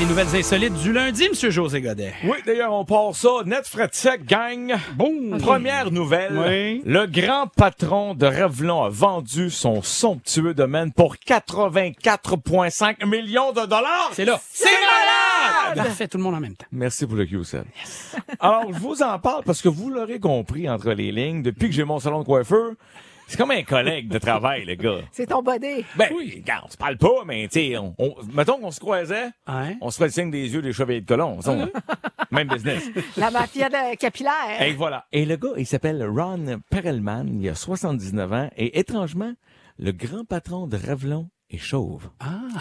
Les nouvelles insolites du lundi, Monsieur José Godet. Oui, d'ailleurs, on part ça. Net fret sec, gang. Boum. Première nouvelle. Oui. Le grand patron de Revlon a vendu son somptueux domaine pour 84,5 millions de dollars. C'est là. C'est malade! Parfait, tout le monde en même temps. Merci pour le Q7. Alors, je vous en parle parce que vous l'aurez compris entre les lignes. Depuis que j'ai mon salon de coiffeur, c'est comme un collègue de travail, le gars. C'est ton body. Ben, oui, regarde, on se parle pas, mais tu sais, on, on- mettons qu'on se croisait, Ouais. on se ferait le signe des yeux des chevaliers de colon. On- Même business. La mafia de capillaire. Et voilà. Et le gars, il s'appelle Ron Perelman, il a 79 ans, et étrangement, le grand patron de Revlon est chauve. Ah!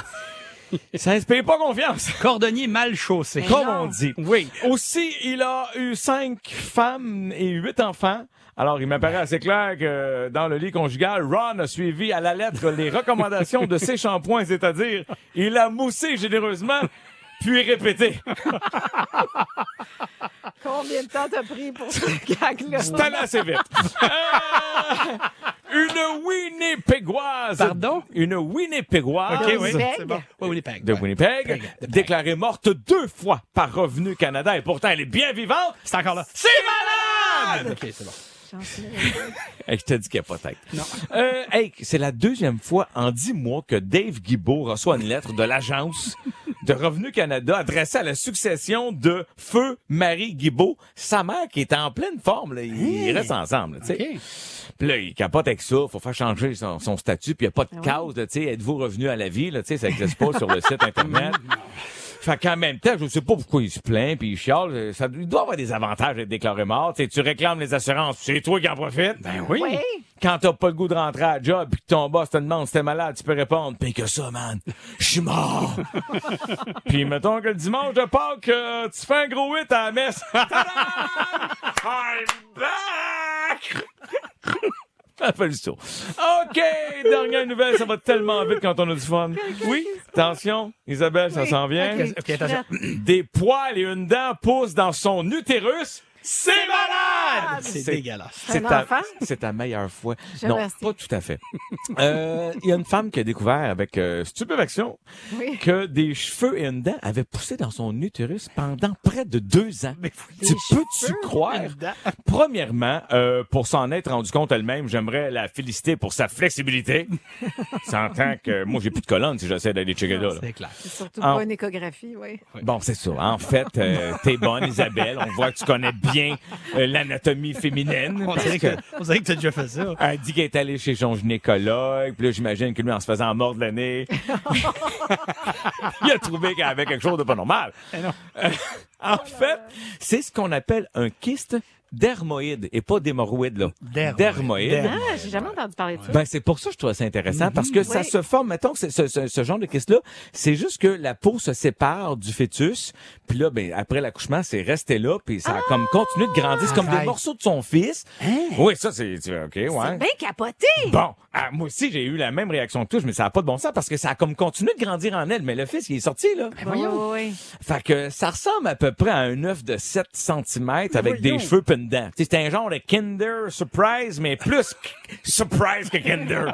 Ça inspire pas confiance, Cordonnier mal chaussé. comme on dit. Oui. Aussi, il a eu cinq femmes et huit enfants. Alors, il m'apparaît assez clair que dans le lit conjugal, Ron a suivi à la lettre les recommandations de ses shampoings, c'est-à-dire, il a moussé généreusement, puis répété. Combien de temps t'as pris pour ce gag-là? C'est allé assez vite. Euh, une Winnipégoise. Pardon? Une Winnipégoise. OK, oui. Winnipeg. C'est bon. Oui, Winnipeg. De ouais. Winnipeg, Peg, de Peg. déclarée morte deux fois par Revenu Canada et pourtant elle est bien vivante. C'est encore là. C'est malade! OK, c'est bon. Hey, je te dis qu'elle est pas tête. Euh, hey, c'est la deuxième fois en dix mois que Dave Guibault reçoit une lettre de l'agence de Revenu Canada adressée à la succession de Feu Marie Guibault, sa mère qui est en pleine forme. Là. Ils restent ensemble. là, tu sais. OK. Puis là, il capote avec ça, faut faire changer son, son statut, puis il n'y a pas de Ah cause, là, tu sais, êtes-vous revenu à la vie, là, tu sais, ça n'existe pas sur le site Internet. Fait qu'en même temps, je ne sais pas pourquoi il se plaint, puis il chiale, euh, ça, il doit avoir des avantages d'être déclaré mort, tu sais, tu réclames les assurances, c'est toi qui en profites. Ben oui. Oui. Quand t'as pas le goût de rentrer à la job puis que ton boss te demande si t'es malade, tu peux répondre Pis que ça, man, je suis mort. puis mettons que le dimanche de Pâques, euh, tu fais un gros hit à la messe. Ta-dam! I'm back! Ça fait le tour. OK, dernière nouvelle, ça va tellement vite quand on a du fun. Oui, attention, Isabelle, ça s'en vient. OK, attention. Des poils et une dent poussent dans son utérus. C'est malade! C'est dégueulasse. C'est Un ta, enfant? c'est ta meilleure foi. Je non, remercie. pas tout à fait. Euh, Il y a une femme qui a découvert avec euh, stupéfaction Oui. que des cheveux et une dent avaient poussé dans son utérus pendant près de deux ans. tu peux-tu croire? Premièrement, euh, pour s'en être rendu compte elle-même, j'aimerais la féliciter pour sa flexibilité. S'entend que moi, j'ai plus de colonne si j'essaie d'aller checker là. là. Ah, C'est clair. C'est surtout Ah. pas une échographie, oui. Bon, c'est ça. En fait, euh, t'es bonne, Isabelle. On voit que tu connais bien euh, l'anatomie féminine. On parce dirait que, on dirait que t'as déjà fait ça. Elle dit qu'elle est allée chez son gynécologue, puis là, j'imagine que lui, en se faisant mordre le nez, il a trouvé qu'elle avait quelque chose de pas normal. Eh Euh, en fait, c'est ce qu'on appelle un kyste dermoïde, et pas d'hémorroïde, là. Dermoïde. Dermoïde. Ah, j'ai jamais entendu parler de ça. Ben, c'est pour ça que je trouve ça intéressant, parce que ça Oui. se forme, mettons que c'est- ce, ce- ce genre de kyste-là, c'est juste que la peau se sépare du fœtus, puis là, ben, après l'accouchement, c'est resté là, puis ça a comme Ah! continué de grandir, c'est comme des Arrête. morceaux de son fils. Oui, ça, c'est... tu- OK, ouais. Hein? C'est bien capoté. Bon, ah, moi aussi, j'ai eu la même réaction que toi, mais ça n'a pas de bon sens parce que ça a comme continué de grandir en elle. Mais le fils, il est sorti, là. Ben voyons. Oui, oui. Fait que ça ressemble à peu près à un œuf de 7 cm avec des cheveux pendants. C'est un genre de Kinder Surprise, mais plus k- Surprise que Kinder.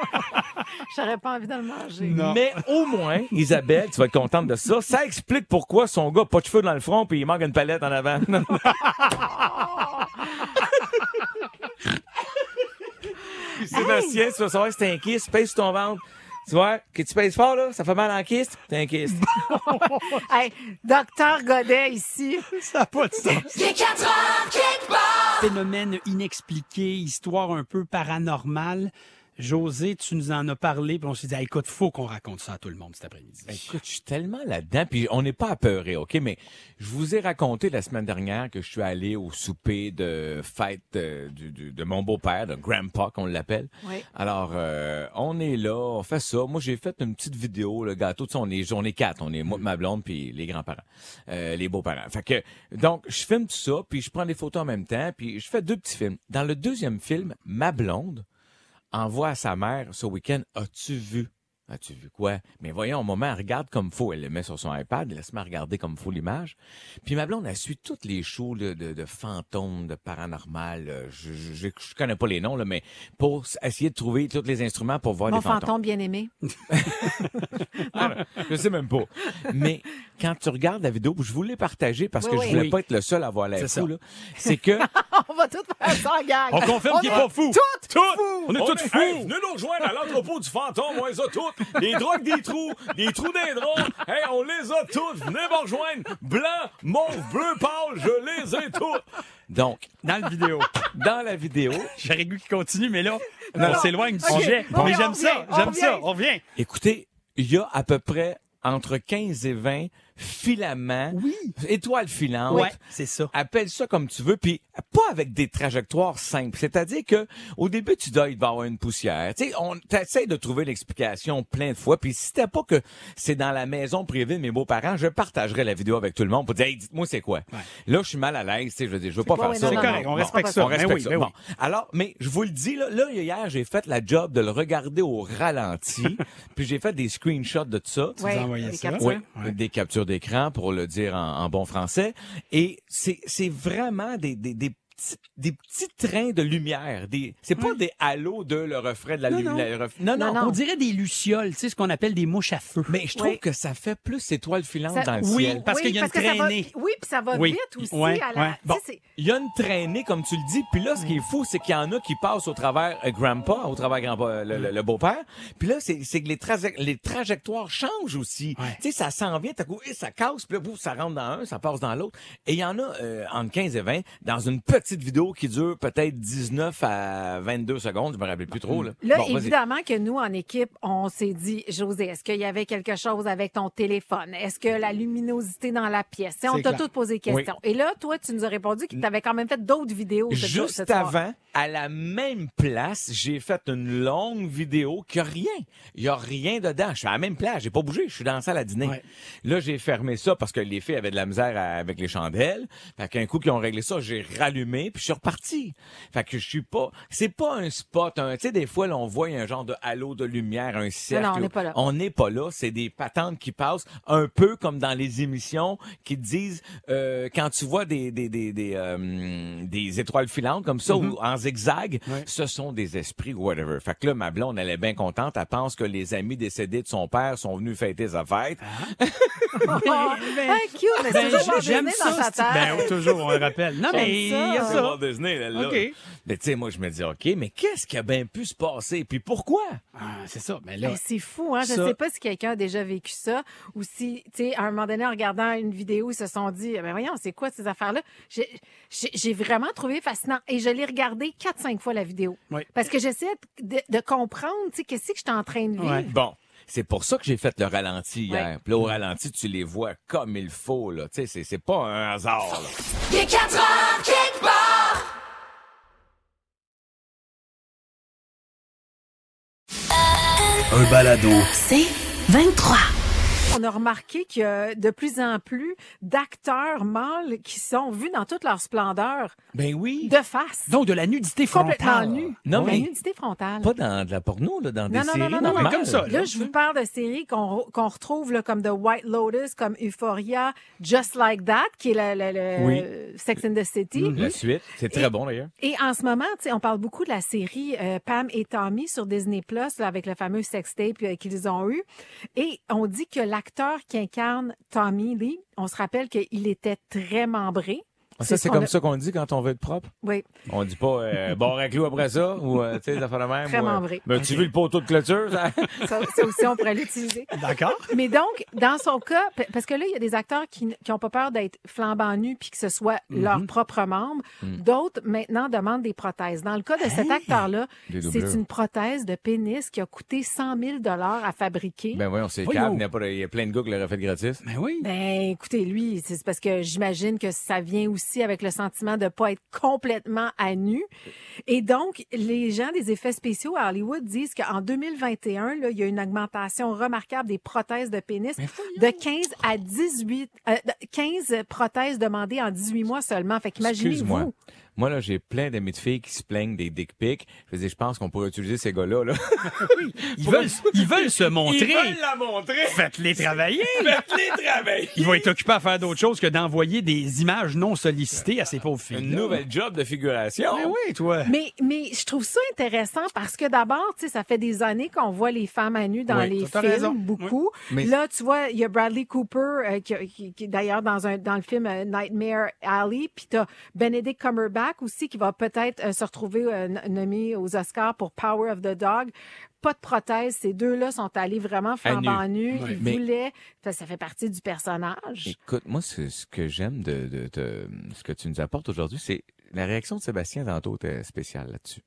J'aurais pas envie de le manger. mais au moins, Isabelle, tu vas être contente de ça. Ça explique pourquoi son gars a pas de cheveux dans le front puis il manque une palette en avant. Sébastien, tu vas savoir si t'es un kyste, pèse sur ton ventre. Tu vois, que tu pèses fort, là, ça fait mal en kyste, t'es un kyste. Hey, docteur Godet ici. Ça n'a pas de sens. Phénomène inexpliqué, histoire un peu paranormale. José, tu nous en as parlé, puis on s'est dit, Ah, écoute, faut qu'on raconte ça à tout le monde cet après-midi. Ben, Écoute, je suis tellement là-dedans, puis on n'est pas apeuré, OK? Mais je vous ai raconté la semaine dernière que je suis allé au souper de fête euh, du- du- de, mon beau-père, de Grandpa, qu'on l'appelle. Oui. Alors, euh, on est là, on fait ça. Moi, j'ai fait une petite vidéo, le gâteau. Tu sais, on est, on est quatre. On est moi, ma blonde, puis les grands-parents, euh, les beaux-parents. Fait que, donc, je filme tout ça, puis je prends des photos en même temps, puis je fais deux petits films. Dans le deuxième film, ma blonde, envoie à sa mère ce week-end As-tu vu As-tu vu quoi Mais voyons, au moment, elle regarde comme faux. Elle le met sur son iPad, elle laisse-moi regarder comme faux l'image. Puis ma blonde, elle suit toutes les shows là, de, de fantômes, de paranormal. euh, Je, je, je- je connais pas les noms, là, mais pour s- essayer de trouver tous les instruments pour voir Mon les fantômes. fantôme bien-aimé. Je sais même pas. Mais quand tu regardes la vidéo, je voulais partager parce que Oui, je oui. voulais Oui. pas être le seul à voir la C'est ça. fou. là. C'est que On va tout faire ça en gang. On confirme qu'il est est pas fou. toutes Tout! On est tous fous! Hey, venez nous rejoindre à l'entrepôt du fantôme, on les a toutes. Les drogues des trous, les trous des drogues, hey, on les a toutes. Venez me rejoindre. Blanc, mauve, bleu, pâle, je les ai toutes. donc Dans la vidéo. dans la vidéo, J'aurais goût qui continue, mais là, non. on s'éloigne du Ok. sujet. Oui, Mais on j'aime ça, revient, on j'aime ça. revient. On revient. Écoutez, il y a à peu près entre 15 et 20 filaments, étoiles filantes. Ouais, c'est ça. Appelle ça comme tu veux, puis pas avec des trajectoires simples. C'est-à-dire que au début, tu dis, Ah, il va y avoir une poussière. Tu sais, on t'essaie de trouver l'explication plein de fois. Puis si c'était pas que c'est dans la maison privée de mes beaux-parents, je partagerais la vidéo avec tout le monde pour dire, hey, dites-moi c'est quoi. Là, je suis mal à l'aise. tu sais, Je veux dire, je veux pas Ouais, faire ouais, hein, ça. non, non, C'est correct, non, on non, respecte pas ça. On respecte Mais oui, ça. mais oui. Bon. Alors, mais je vous le dis, là, là, hier, j'ai fait la job de le regarder au ralenti, puis j'ai fait des screenshots de tout ça. Ouais, nous envoyais les ça. captures. Oui, Ouais. des captures d'écran, pour le dire en, en bon français. Et c'est c'est vraiment des, des, des petits des petits trains de lumière. Des, c'est pas des halos de le refrain de la Non, lumière. non. Non, non. Hmm. Non, non. On dirait des lucioles, tu sais, ce qu'on appelle des mouches à feu. Mais je trouve Oui. que ça fait plus étoiles filantes Ça- dans le Oui. ciel. parce qu'il y a une parce que ça va- traînée. oui, puis ça va Oui. vite aussi. Ouais, à la- ouais. tu sais, Bon. c'est- Il y a une traînée, comme tu le dis. Puis là, ce qui est fou, c'est qu'il y en a qui passent au travers euh, grandpa, au travers grandpa, euh, le, le- le beau-père. Puis là, c'est c'est que les, traje- les trajectoires changent aussi. Ouais. Tu sais, ça s'en vient, t'as coup, et ça casse, puis là, bouf, ça rentre dans un, ça passe dans l'autre. Et il y en a euh, entre 15 et 20 dans une petite vidéo qui dure peut-être 19 à 22 secondes. Je me rappelle plus trop, là. Là, Bon, vas-y. évidemment que nous, en équipe, on s'est dit, José, est-ce qu'il y avait quelque chose avec ton téléphone? Est-ce que la luminosité dans la pièce? Et on C'est t'a clair. toutes posé question. Et là, toi, tu nous as répondu que tu avais quand même fait d'autres vidéos. cette- Juste cette soirée. avant, à la même place, j'ai fait une longue vidéo qui a rien. Il y a rien dedans. Je suis à la même place. J'ai pas bougé. Je suis dans la salle à dîner. Ouais. Là, j'ai fermé ça parce que les filles avaient de la misère à- avec les chandelles. Fait qu'un coup qu'ils ont réglé ça, j'ai rallumé puis je suis reparti. Fait que je suis pas, c'est pas un spot. un- Tu sais, des fois, là, on voit un genre de halo de lumière, un cercle. non, on n'est pas là. On n'est pas là. C'est des patentes qui passent un peu comme dans les émissions qui te disent euh, quand tu vois des des, des, des, euh, des étoiles filantes comme ça ou Mm-hmm. en zigzag, ce sont des esprits ou whatever. Fait que là, ma blonde, elle est bien contente. Elle pense que les amis décédés de son père sont venus fêter sa fête. Ah, cute, mais c'est Ben, toujours j'aime Disney dans ça. sa c'est- Ben, tête. toujours, on le rappelle. Non, mais il y a ça. C'est ça. Walt Disney, là, là. OK. Mais tu sais, moi, je me dis, OK, mais qu'est-ce qui a bien pu se passer? Puis pourquoi? Ah, c'est ça. Mais là, Ben, c'est fou, hein? Je Ça- sais pas si quelqu'un a déjà vécu ça ou si, tu sais, à un moment donné, en regardant une vidéo, ils se sont dit, ben voyons, c'est quoi ces affaires-là? J'ai- J'ai j'ai vraiment trouvé fascinant et je l'ai regardé 4-5 fois la vidéo. Oui. Parce que j'essayais de, de comprendre, tu sais, qu'est-ce que j'étais en train de vivre. Ouais. Bon. C'est pour ça que j'ai fait le ralenti hier. Ouais. Puis là, au ralenti, tu les vois comme il faut, là. Tu sais, c'est- c'est pas un hasard, là. Il est 4 heures quelque part. Un balado. C'est 23. On a remarqué qu'il y a de plus en plus d'acteurs mâles qui sont vus dans toute leur splendeur Ben oui. de face. donc de la nudité complètement frontale. nus. Non, La mais- nudité frontale. Pas dans de la porno, là, dans Non, des non, séries non, non, non, normales. comme ça, Là, je vous parle de séries qu'on qu'on retrouve là, comme The White Lotus, comme Euphoria, Just Like That, qui est le, le- le- Sex and the City. La suite, c'est très Mm-hmm. Et- bon, d'ailleurs. Et en ce moment, tu sais, on parle beaucoup de la série euh, Pam et Tommy sur Disney Plus avec le fameux sextape euh, qu'ils ont eu. Et on dit que l'acteur qui incarne Tommy Lee, on se rappelle qu'il était très membré. Ah, Ça, c'est on comme a- ça qu'on dit quand on veut être propre. Oui. On dit pas euh, bon reclus après ça ou euh, tu sais, ça fait la même. Très ou, euh, membré. ben, tu veux le poteau de clôture? ça? Ça, ça aussi, on pourrait l'utiliser. D'accord. Mais donc, dans son cas, p- parce que là, il y a des acteurs qui n'ont pas peur d'être flambant nus puis que ce soit leur propre membre. D'autres, maintenant, demandent des prothèses. Dans le cas de cet acteur-là, Des doublures. c'est une prothèse de pénis qui a coûté 100 000 à fabriquer. ben oui, on sait Voyons. calme, il y a pas- il y a plein de gars qui l'auraient fait gratis. Ben oui. Ben, écoutez, lui, c'est c'est parce que j'imagine que ça vient aussi avec le sentiment de pas être complètement à nu. Et donc, les gens des effets spéciaux à Hollywood disent qu'en 2021, là, il y a une augmentation remarquable des prothèses de pénis de 15 à 18, euh, de- 15 prothèses demandées en 18 mois seulement. Fait Excuse-moi. qu'imaginez-vous. Moi, là, j'ai plein d'amis de filles qui se plaignent des dick pics. Je veux dire, je pense qu'on pourrait utiliser ces gars-là. Là. Ils veulent, Ben, ils veulent se montrer. la montrer! Faites-les travailler. Faites-les travailler! Ils vont être occupés à faire d'autres choses que d'envoyer des images non sollicitées à ces pauvres filles. Une nouvelle job de figuration. Ben oui, toi. Mais, mais je trouve ça intéressant parce que d'abord, tu sais, ça fait des années qu'on voit les femmes à nu dans Oui, les t'as films, raison. beaucoup. Mais- Là, tu vois, il y a Bradley Cooper, euh, qui, qui- qui est d'ailleurs dans, un- dans le film euh, Nightmare Alley, puis t'as Benedict Cumberbatch aussi qui va peut-être euh, se retrouver euh, n- nommé aux Oscars pour Power of the Dog. Pas de prothèse, ces deux-là sont allés vraiment flambant nus. Ils Mais- voulaient, ça, ça fait partie du personnage. Écoute, moi, ce, ce que j'aime de, de- de- ce que tu nous apportes aujourd'hui, c'est la réaction de Sébastien tantôt était spéciale là-dessus.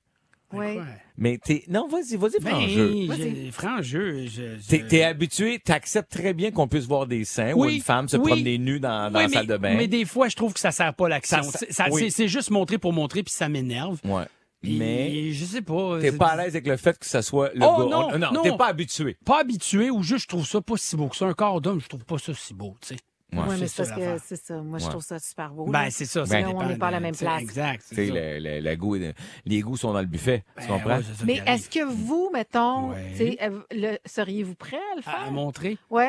Ouais. Mais t'es. Non, vas-y, vas-y, prends Ben, le jeu. j'ai- franc jeu. je- je- T'es, t'es habitué, t'acceptes très bien qu'on puisse voir des seins ou Oui, une femme se oui. promener nue dans, dans Oui, la salle mais- de bain. Mais des fois, je trouve que ça sert pas l'action. Ça- C'est- ça- oui. c'est- C'est juste montrer pour montrer, puis ça m'énerve. Ouais. Puis, Mais je sais pas. t'es c'est- pas à l'aise avec le fait que ça soit le Oh, gars. non, On- non. t'es pas habitué. Pas habitué ou juste je trouve ça pas si beau que ça. Un corps d'homme, je trouve pas ça si beau, tu sais. Ouais. Ouais, mais C'est c'est ça, parce que l'affaire. c'est ça. Moi, je Ouais. trouve ça super beau. là. Ben, c'est ça. ça Ben, dépend on n'est pas à la de- même c'est- place. Exact. c'est Tu sais, ça. le, le- le goût, est- les goûts sont dans le buffet. tu Ben, comprends? ouais, c'est ça qui Mais arrive. est-ce que vous, mettons, Ouais. tu sais, euh, le- seriez-vous prêt à le À, à faire? montrer. Oui.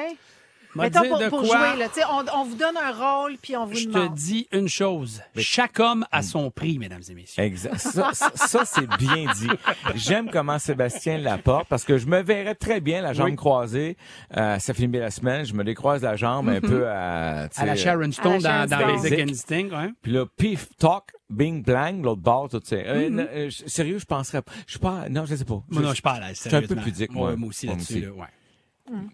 M'a Mettons dit pour, de pour quoi? jouer, là, tu sais, on, on vous donne un rôle, puis on vous Je te demande. dis une chose. Chaque homme Mm. a son prix, mesdames et messieurs. Exact. Ça, ça, ça, c'est bien dit. J'aime comment Sébastien l'apporte parce que je me verrais très bien la jambe Oui. croisée. Euh, ça finit bien la semaine. Je me décroise la jambe un peu à, tu Mm-hmm. À la sais, Sharon À Stone la Sharon dans, dans Stone. Basic Instinct, ouais. Puis là, pif, toc, bing, blang, l'autre bord, tout ça. Euh, non, euh, j- sérieux, je penserais pas. Je suis pas. Non, je sais pas. Mm-hmm. Moi, non, je suis pas à l'aise. Je suis un peu sérieusement. pudique, Moi, moi. moi aussi, Moi là-dessus, aussi. là, ouais.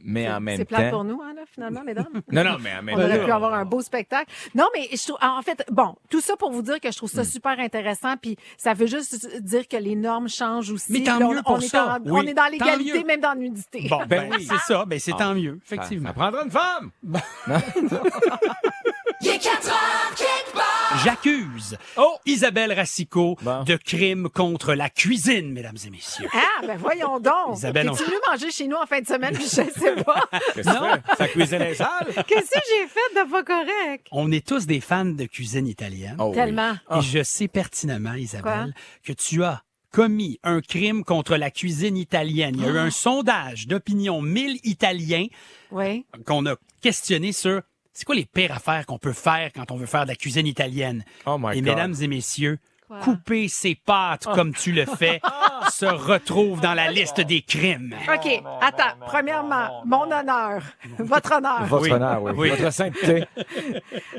Mais en même C'est plate temps. pour nous, hein, là, finalement, mesdames. Non, non, mais en On même aurait temps. pu avoir un beau spectacle. Non, mais je trouve, en fait, bon, tout ça pour vous dire que je trouve ça Hmm. super intéressant, puis ça veut juste dire que les normes changent aussi. Mais tant Là, on, mieux pour on est ça. en- Oui. on est dans Tant l'égalité, mieux. même dans la nudité. Bon, ben, oui. Ah. c'est ça, ben, c'est tant mieux, Ça- effectivement. Ça prendra une femme! Il est 4 heures, kickball. J'accuse Oh! Isabelle Racicot Bon. de crime contre la cuisine, mesdames et messieurs. Ah, ben voyons donc. Isabelle, on- tu venu manger chez nous en fin de semaine, puis je sais pas. Qu'est-ce que tu fais? Ça cuisine les salles? Qu'est-ce que j'ai fait de pas correct? On est tous des fans de cuisine italienne. Oh oui. Tellement. Et je sais pertinemment, Isabelle, Quoi? que tu as commis un crime contre la cuisine italienne. Il y a eu un sondage d'opinion 1000 Italiens Oui. qu'on a questionné sur c'est quoi les pires affaires qu'on peut faire quand on veut faire de la cuisine italienne. Oh my et God. mesdames et messieurs, Quoi? couper ses pâtes comme tu le fais se retrouve dans la liste des crimes. OK, attends. Premièrement, mon honneur, votre honneur. Votre Oui. honneur, oui. Oui. Votre sainteté.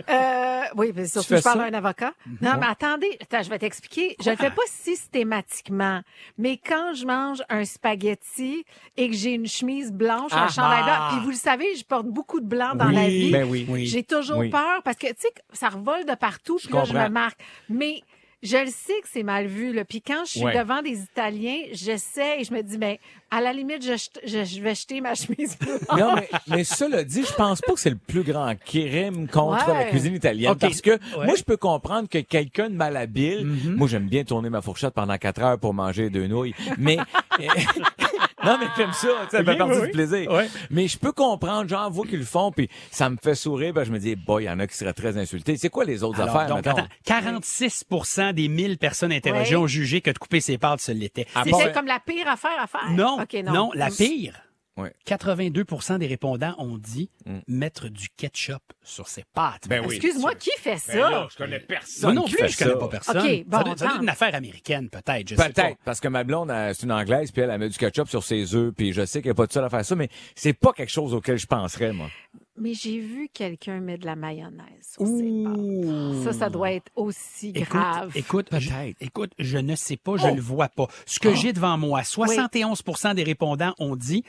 Euh, oui, mais surtout, fais je parle ça? Mhm. à un avocat. Non, mais attendez, attends, je vais t'expliquer. Je le fais pas systématiquement, mais quand je mange un spaghetti et que j'ai une chemise blanche, Ah, un chandail blanc, ah. puis vous le savez, je porte beaucoup de blanc dans Oui, la vie. ben bah! oui. Oui. J'ai toujours Oui. peur parce que, tu sais, que ça revole de partout, puis là, je comprends. me marque. Mais... Je le sais que c'est mal vu, là. Puis quand je suis Ouais. devant des Italiens, j'essaie et je me dis, ben, à la limite, je, jete- je- je vais jeter ma chemise blanche. Non, mais, mais cela dit, je pense pas que c'est le plus grand crime contre Ouais. la cuisine italienne. Ok. Parce que Ouais. Mhm. moi, je peux comprendre que quelqu'un de malhabile, moi, j'aime bien tourner ma fourchette pendant quatre heures pour manger deux nouilles, mais... Non, mais j'aime ça, tu sais, ça fait Ok, partie oui, du plaisir. oui. Ouais. Mais je peux comprendre, j'en vois qu'ils le font, puis ça me fait sourire, ben je me dis, boy, il y en a qui seraient très insultés. C'est quoi les autres Alors, affaires, donc, mettons? attends, 46 des 1000 personnes interrogées Ouais. ont jugé que de couper ses pâtes, ce l'était. Ah, C'est bon, c'est ben- comme la pire affaire à faire. Non, Ok, Mm. non. la pire. Ouais. Mm. 82 des répondants ont dit mettre du ketchup sur ses pâtes. Ben oui. Excuse-moi, qui fait ça? je connais personne Moi non plus, je ça. connais pas personne. Ok, bon, ça doit- ça doit être attends. une affaire américaine, peut-être, je sais pas. Peut-être, parce que ma blonde, elle, c'est une Anglaise, puis elle, elle met du ketchup sur ses œufs, puis je sais qu'elle n'est pas toute seule à faire ça, mais c'est pas quelque chose auquel je penserais, moi. Mais j'ai vu quelqu'un mettre de la mayonnaise sur ses pâtes. Ouh. Ça, ça doit être aussi Écoute, grave. Oh. écoute, je, Peut-être. écoute, je ne sais pas, je ne le vois pas. Ce que j'ai devant moi, 71 des répondants ont dit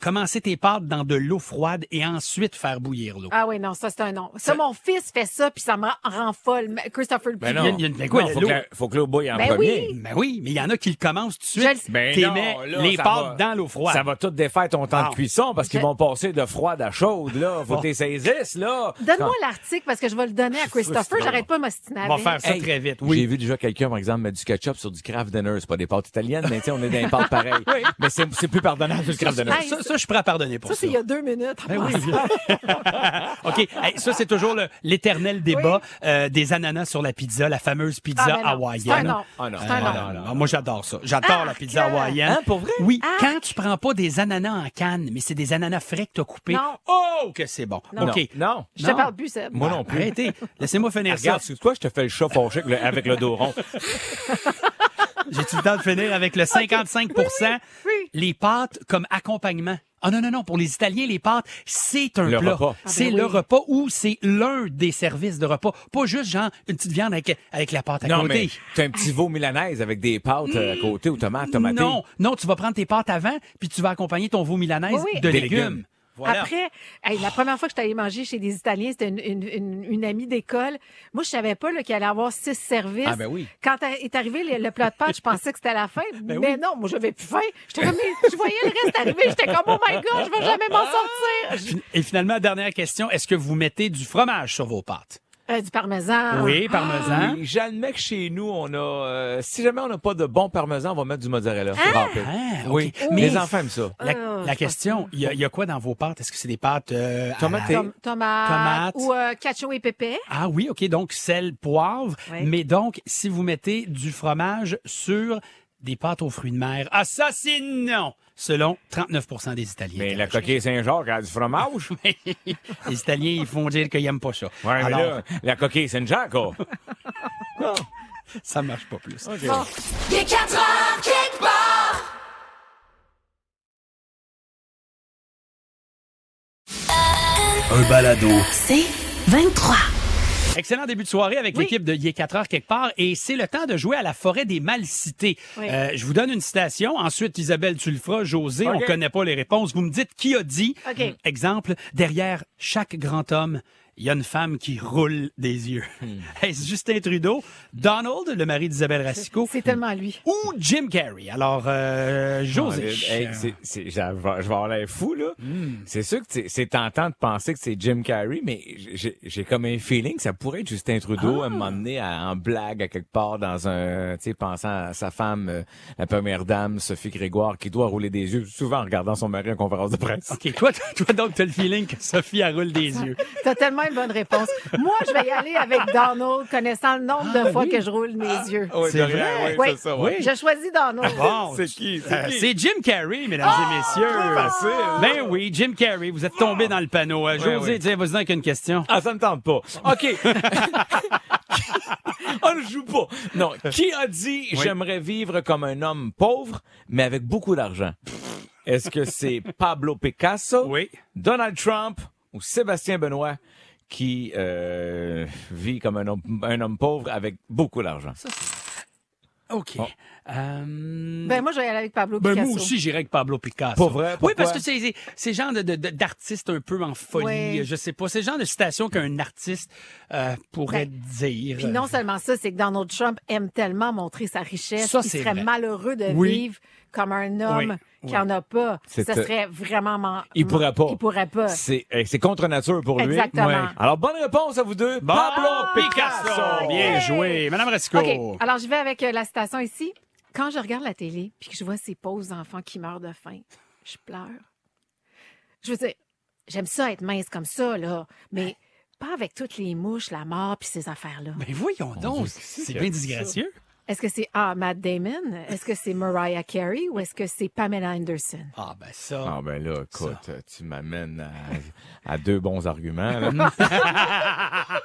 commencer tes pâtes dans de l'eau froide et ensuite faire bouillir l'eau. Ah oui, non, ça, c'est un non. Ça, mon fils fait ça, puis ça me rend folle. Mais Christopher le Ben plus- non. il y a une- ben quoi, Non, faut, l'eau- que la- faut que l'eau bouille en Ben premier. oui. Ben oui, mais il y en a qui le commencent tout de Je le suite. sais. Ben T'es non, mets là, les ça pâtes va- dans l'eau froide. Ça va tout défaire ton temps Ah. de cuisson parce qu'ils Je- vont passer de froide à chaude, là. Faut que t'es saisisses, là. Donne-moi l'article parce que je vais le donner à Christopher. frustrant. J'arrête pas de m'ostiner On va avec. faire ça Hey, très vite, J'ai oui. vu déjà quelqu'un, par exemple, mettre du ketchup sur du Kraft Dinner. C'est pas des pâtes italiennes, mais tu sais, on est dans des pâtes pareilles. Mais c'est c'est plus pardonnable que le Kraft Dinner. Hey, Ça, ça, je pourrais pardonner pour Ça, ça. c'est il y a deux minutes. Ah, Ben oui. OK. Hey, ça, c'est toujours le- l'éternel débat euh, des ananas sur la pizza, la fameuse pizza Ah, ben non. C'est un hawaïenne. non. Ah, non. C'est un Ah, non. non. Ah, moi, j'adore ça. J'adore la pizza Arc! hawaïenne. Hein, pour vrai? Oui, quand tu prends pas des ananas en canne, mais c'est des ananas frais que t'as coupés. Non. Oh, que c'est bon. Non. OK. Bah, Non. Je te parle plus, Seb. Moi non plus. Arrêtez. Laissez-moi finir Regarde, ça. c'est toi, je te fais le chat fâché avec le- avec le dos rond. J'ai-tu le temps de finir avec le 55 oui, oui. Les pâtes comme accompagnement. Ah non, non, non. Pour les Italiens, les pâtes, c'est un Le plat. repas. C'est Ah ben le oui. repas ou c'est l'un des services de repas. Pas juste, genre, une petite viande avec, avec la pâte à Non, mais côté. t'as un petit veau milanaise avec des pâtes euh, à Mm. côté ou tomates, tomates. Non, non, tu vas prendre tes pâtes avant, puis tu vas accompagner ton veau milanaise Oui, oui. de Des légumes. légumes. Voilà. Après, hey, la première fois que je suis allée manger chez des Italiens, c'était une, une- une- une amie d'école. Moi, je savais pas là, qu'il allait avoir six services. Ah, ben oui. Ben Quand a- est arrivé le, le plat de pâtes, je pensais que c'était la fin. mais non, moi, j'avais plus faim. J'étais comme, mais je voyais le reste arriver. J'étais comme, oh my God, je vais jamais m'en sortir. Fin- Et finalement, dernière question, est-ce que vous mettez du fromage sur vos pâtes? Euh, du parmesan. Oui, Ah, parmesan. Oui, J'admets que chez nous, on a. euh, si jamais on n'a pas de bon parmesan, on va mettre du mozzarella. râpé. Ah, ok. Hein? Oui, Mais- les enfants aiment ça. La, Ah, la je pense question, il y, a- il y a quoi dans vos pâtes? Est-ce que c'est des pâtes... euh, à- Tomatées. Tom- tomate, Tomate. ou euh, cacio et pépé. Ah oui, OK, donc sel, poivre. Oui. Mais donc, si vous mettez du fromage sur des pâtes aux fruits de mer, ah ça, c'est non! Selon 39 des Italiens. Mais la coquille Saint-Jacques a du fromage. ouais, Les Italiens, ils font dire qu'ils n'aiment pas ça. mais Alors, là, la coquille Saint-Jacques, oh. ça marche pas plus. Il est 4 heures, kick bar. Un balado. C'est 23. Excellent début de soirée avec Oui. l'équipe de Yé 4 heures quelque part et c'est le temps de jouer à la forêt des mal cités. Oui. Euh, je vous donne une citation, ensuite Isabelle tu le feras, José, on OK. connaît pas les réponses, vous me dites qui a dit. OK. Exemple, derrière chaque grand homme, il y a une femme qui roule des yeux. Hmm. Est-ce Justin Trudeau, Donald, le mari d'Isabelle Racicot C'est tellement lui. ou Jim Carrey? Alors euh, José. Ah, Hey, Oh, c'est- Hmm. c'est- j'avais- je vais avoir l'air fou, là. C'est sûr que c'est- c'est tentant de penser que c'est Jim Carrey, mais j'ai- j'ai comme un feeling que ça pourrait être Justin Trudeau à m'emmener en blague à quelque part dans un... Tu sais, pensant à sa femme, euh, la première dame, Sophie Grégoire, qui doit rouler des yeux souvent en regardant son mari en conférence de presse. OK, toi, toi donc t'as le feeling que Sophie elle roule des yeux. T'as tellement une bonne réponse. Moi, je vais y aller avec Donald, connaissant le nombre Ah de fois que je roule mes yeux. Oui, C'est de rien, vrai? oui, Oui. c'est ça, Oui. oui. Je choisis Donald. Bon, C'est qui? C'est Euh, qui? Ah, c'est Jim Carrey, mesdames et messieurs. Ben oui, Jim Carrey, vous êtes tombé dans le panneau. Euh, José, oui. tiens, vas-y avec une question. Ah, ça me tente pas. OK. On ne joue pas. Non. Qui a dit j'aimerais vivre comme un homme pauvre, mais avec beaucoup d'argent? Est-ce que c'est Pablo Picasso? Oui. Donald Trump ou Sébastien Benoît qui euh, vit comme un homme, un homme pauvre avec beaucoup d'argent? OK. Euh, Ben, moi, je vais y aller avec Pablo ben, Picasso. moi aussi, j'irais avec Pablo Picasso. Pas vrai? Oui, Pourquoi? parce que c'est ces genre de, de- de- d'artistes un peu en folie, Ouais. je sais pas. C'est le genre de citation qu'un artiste euh, pourrait dire. Ben, Puis non seulement ça, c'est que Donald Trump aime tellement montrer sa richesse Ça, qu'il c'est serait vrai. malheureux de Oui. vivre comme un homme Oui, qui en a pas. Ce C'est, euh, serait vraiment... man- Il pourrait pas. Il pourrait pas. C'est, euh, c'est contre nature pour Exactement. lui. Alors, bonne réponse à vous deux. Bon, Pablo Picasso! Picasso! Bien Yeah! joué. Madame Ah, Rasco. OK. Alors, je vais avec euh, la citation ici. Quand je regarde la télé puis que je vois ces pauvres enfants qui meurent de faim, je pleure. Je veux dire, j'aime ça être mince comme ça, là, mais pas avec toutes les mouches, la mort puis ces affaires-là. Ben voyons donc, c'est bien disgracieux. Est-ce que c'est A, Matt Damon? Est-ce que c'est Mariah Carey ou est-ce que c'est Pamela Anderson? Ah, ben ça. Ah ben là, écoute, tu m'amènes à, à deux bons arguments. là. Ah,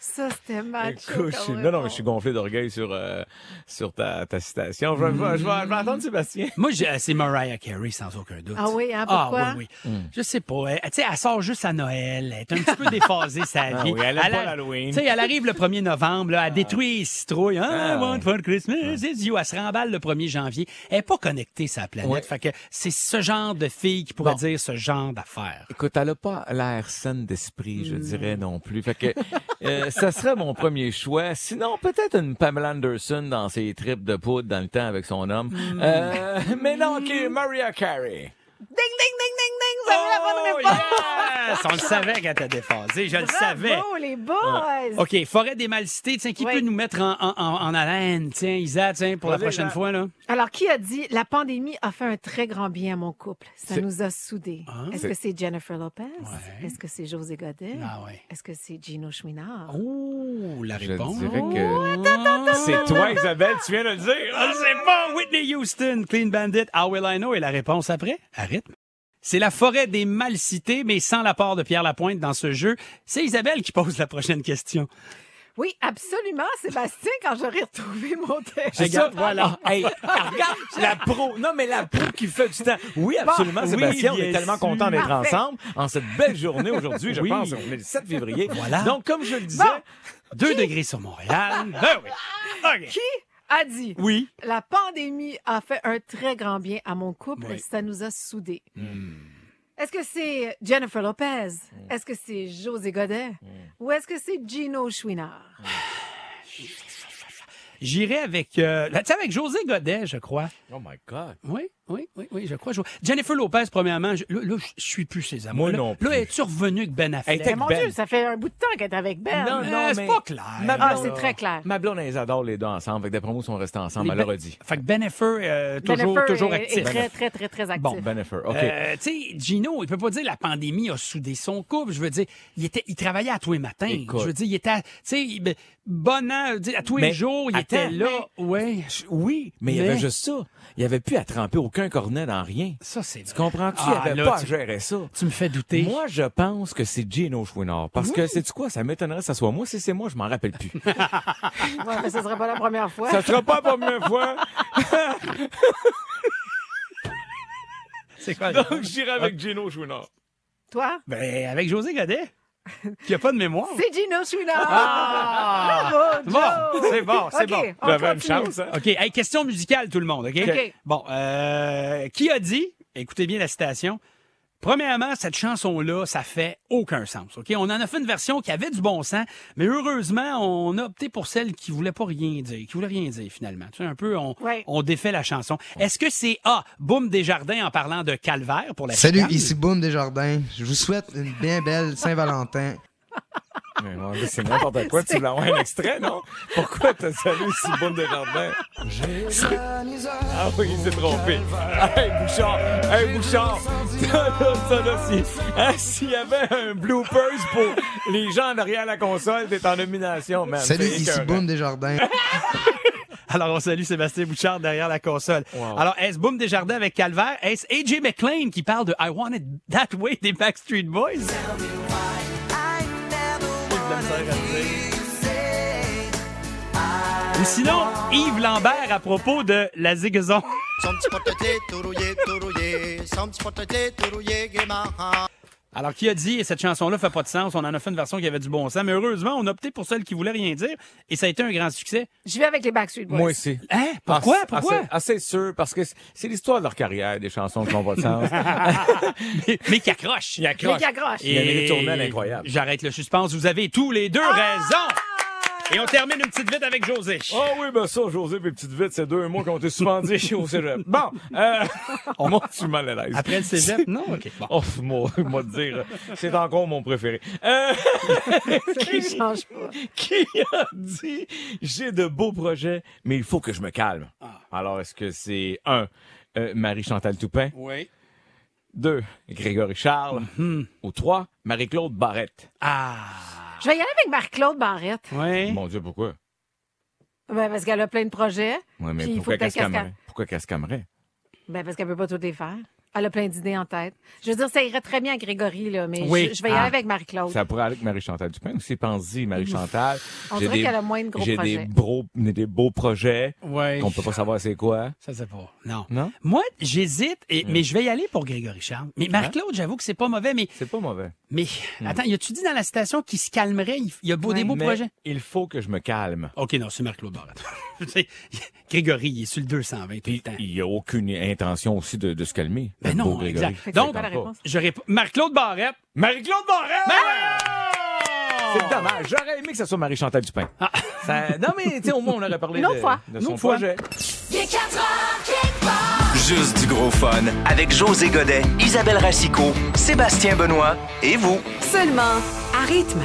Ça, c'était macho. Écoute, je suis- comme non, non, mais je suis réponse. gonflé d'orgueil sur, euh, sur ta, ta citation. Je vais, je vais- je vais- je vais attendre Sébastien. Moi, j'ai- euh, c'est Mariah Carey, sans aucun doute. Ah oui, hein, Ah pourquoi? oui, oui. Hmm. Je sais pas. Elle, tu sais, elle sort juste à Noël. Elle est un petit peu déphasée, sa vie. Ah oui, elle aime pas a- l'Halloween. Tu sais, elle arrive le 1er novembre, là, elle détruit les citrouilles. Ah, Ah I want oui. for Christmas is you. Elle se remballe le 1er janvier. Elle est pas connectée, sa planète. Fait que c'est ce genre de fille qui pourrait Bon. dire ce genre d'affaires. Écoute, elle a pas l'air saine d'esprit, Hmm. je dirais non plus. Fait que euh, ça serait mon premier choix. Sinon, peut-être une Pamela Anderson dans ses tripes de poudre dans le temps avec son homme. Hmm. Euh, mais non, OK, Maria Carey. Ding, ding, ding, ding, ding! Vous avez la bonne Oh, réponse! Yes! On le savait qu'elle était déphasée. Je le savais. Bravo, les boys! OK, Forêt des Malcités, tiens, qui Oui. peut nous mettre en, en- en- en haleine? Tiens, Isa, tiens, pour la Vas-y, prochaine Isa. fois, là. Alors, qui a dit « La pandémie a fait un très grand bien à mon couple. Ça nous a soudés. Ah. Est-ce que c'est Jennifer Lopez? Est-ce que c'est José Godet? Ah ouais. Est-ce que c'est Gino Oh. Chouinard? Ouh, la Je réponse. dirais que c'est toi, Isabelle, tu viens de le dire. Ah, c'est bon! Whitney Houston, Clean Bandit, How Will I Know? Et la réponse après? À rythme. C'est la forêt des mal cités, mais sans l'apport de Pierre Lapointe dans ce jeu. C'est Isabelle qui pose la prochaine question. Oui, absolument, Sébastien, quand j'aurai retrouvé mon texte. C'est ça, Regarde, voilà. regarde, la pro. Non, mais la pro qui fait du temps. Oui, absolument, oui, Sébastien. on bien est tellement sûr. contents d'être Parfait. ensemble en cette belle journée aujourd'hui, je Oui. pense. On est le 7 février. Voilà. Donc, comme je le disais, Deux degrés sur Montréal. Ben oui. OK. Qui a dit Oui. La pandémie a fait un très grand bien à mon couple. Oui. Ça nous a soudés. Hmm. Est-ce que c'est Jennifer Lopez? Est-ce que c'est José Godet? Hmm. Ou est-ce que c'est Gino Chouinard? J'irai avec, euh, tu sais, avec José Godet, je crois. Oh my God. Oui, oui, oui, oui, je crois. Je- Jennifer Lopez, premièrement, je, là, là, je je suis plus ses amours. Moi là, non Là, plus. es-tu revenu avec Ben Affleck? Elle était Mon Ben. Dieu, ça fait un bout de temps qu'elle est avec Ben. Non, non, Euh, c'est mais- pas clair. Ma Ah, blonde- c'est très clair. Ma blonde, elle les adore les deux ensemble. Fait que d'après moi, ils sont restés ensemble. Les elle leur Ben- a dit. Fait que Ben Affleck, euh, toujours, Jennifer toujours est- actif. est très, très, très, très actif. Bon, ben. Bennifer, OK. Euh, tu sais, Gino, il peut pas dire la pandémie a soudé son couple. Je veux dire, il était, il travaillait à tous les matins. Écoute. Je veux dire, il était, à- tu sais, il- ben, bon an, je veux dire, à tous les Mais jours, il était attends, là. Ouais. Je- Oui, mais il y Mais- avait juste ça. Il n'y avait plus à tremper aucun cornet dans rien. Ça, c'est. Tu Comprends-tu? il n'y avait pas à gérer ça. Tu me fais douter. Moi, je pense que c'est Gino Chouinard. Parce que, c'est tu quoi? Ça m'étonnerait que ça soit moi. Si c'est moi, je m'en rappelle plus. Ouais, mais ce ne serait pas la première fois. Ça sera pas la première fois. c'est quoi? Donc, j'irai avec Gino Chouinard. Toi, Ben, avec José Godet, qui a pas de mémoire. c'est Gino Chouinard. Ah! Bravo, Bon, Joe. c'est bon, c'est OK, bon. on J'avais une continue. chance, hein? OK. Hey, question musicale, tout le monde, OK? OK. Bon, euh, qui a dit, écoutez bien la citation, premièrement, cette chanson-là, ça fait aucun sens, OK? On en a fait une version qui avait du bon sens, mais heureusement, on a opté pour celle qui voulait pas rien dire, qui voulait rien dire, finalement. Tu sais, un peu, on, Ouais. on défait la chanson. Est-ce que c'est A, Boum Desjardins en parlant de calvaire pour la Salut, chicane? ici Boom Desjardins. Je vous souhaite une bien belle Saint-Valentin. C'est n'importe quoi. Tu voulais avoir un extrait, non? Pourquoi t'as salué si bon de jardin? Ah oui, il s'est trompé. Hey, Bouchard! Hey, Bouchard! Ça, là, ça, là, si- hein, s'il y avait un bloopers pour les gens derrière la console, t'es en nomination, man. Salut, C'est ici écœurant. Boom Desjardins. Alors, on salue Sébastien Bouchard derrière la console. Wow. Alors, est-ce Boom Desjardins avec Calvaire? Est-ce AJ McLean qui parle de I Want It That Way des Backstreet Boys? Ou sinon, Yves Lambert à propos de la zigaison. Alors, qui a dit cette chanson-là fait pas de sens? On en a fait une version qui avait du bon sens, mais heureusement, on a opté pour celle qui voulait rien dire et ça a été un grand succès. Je vais avec les Backstreet Boys. Moi aussi. Hein? Pourquoi? Assez- Pourquoi? Assez, assez sûr, parce que c'est- c'est l'histoire de leur carrière, des chansons qui n'ont pas de sens. Ah ah, mais qui accroche. Il Mais qui accroche. Il y a des retournelles incroyables. J'arrête le suspense. Vous avez tous les deux raison. Et on termine une petite vite avec José. Ah oui, ben ça, José, mes petites vites, c'est deux mots qu'on t'est souvent dit chez au cégep. Bon, euh, on monte sur mal à l'aise. Après le cégep, non? OK. Bon. Oh, moi, moi te dire, c'est encore mon préféré. Euh, Il change pas. qui a dit j'ai de beaux projets, mais il faut que je me calme. Ah. Alors, est-ce que c'est un euh, Marie-Chantal Toupin, Oui. deux Grégory Charles, Mm-hmm. ou trois Marie-Claude Barrette? Ah. Je vais y aller avec Marc-Claude Barrette. Oui. Mon Dieu, pourquoi? Ben, parce qu'elle a plein de projets. Ouais, mais puis il faut pourquoi qu'elle peut-être qu'elle se hein. se camerait? calme. Pourquoi qu'elle se camerait? Ben, parce qu'elle peut pas toutes les faire. Elle a plein d'idées en tête. Je veux dire, ça irait très bien à Grégory, là, mais Oui. je, je vais y aller Ah. avec Marie-Claude. Ça pourrait aller avec Marie-Chantal Dupin aussi. Pense-y, Marie-Chantal. On J'ai dirait des- qu'elle a moins de gros J'ai des, projets. bros- des beaux projets Ouais. qu'on peut pas savoir c'est quoi. Ça, c'est pas. Non. Mm. Non? Moi, j'hésite, et- mais je vais y aller pour Grégory Charles. Mais Marc-Claude, j'avoue que c'est pas mauvais, mais. C'est pas mauvais. mais Attends, y a-tu dit dans la station qu'il se calmerait? Il il y a beau, des beaux Mais projets? Il faut que je me calme. OK, non, c'est Marc-Claude Barrette. Je sais, Grégory, il est sur le 220 tout le temps. Il n'y a aucune intention aussi de, de se calmer. Ben le non, beau Grégory. exact. Fait que Donc, c'est quoi la réponse? je réponds- Marc-Claude Barrette. Marie-Claude Morin! Ben- C'est dommage. J'aurais aimé que ce soit Marie-Chantal Dupin. Ça- non, mais tu sais, au moins, on aurait parlé Ah. Une autre de, fois. de Une son autre fois. projet. Il est 4 heures, kickbox. Juste du gros fun avec José Godet, Isabelle Racicot, Sébastien Benoît et vous. Seulement à rythme.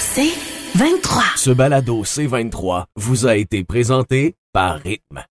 C'est 23. Ce balado C23 vous a été présenté par Rythme.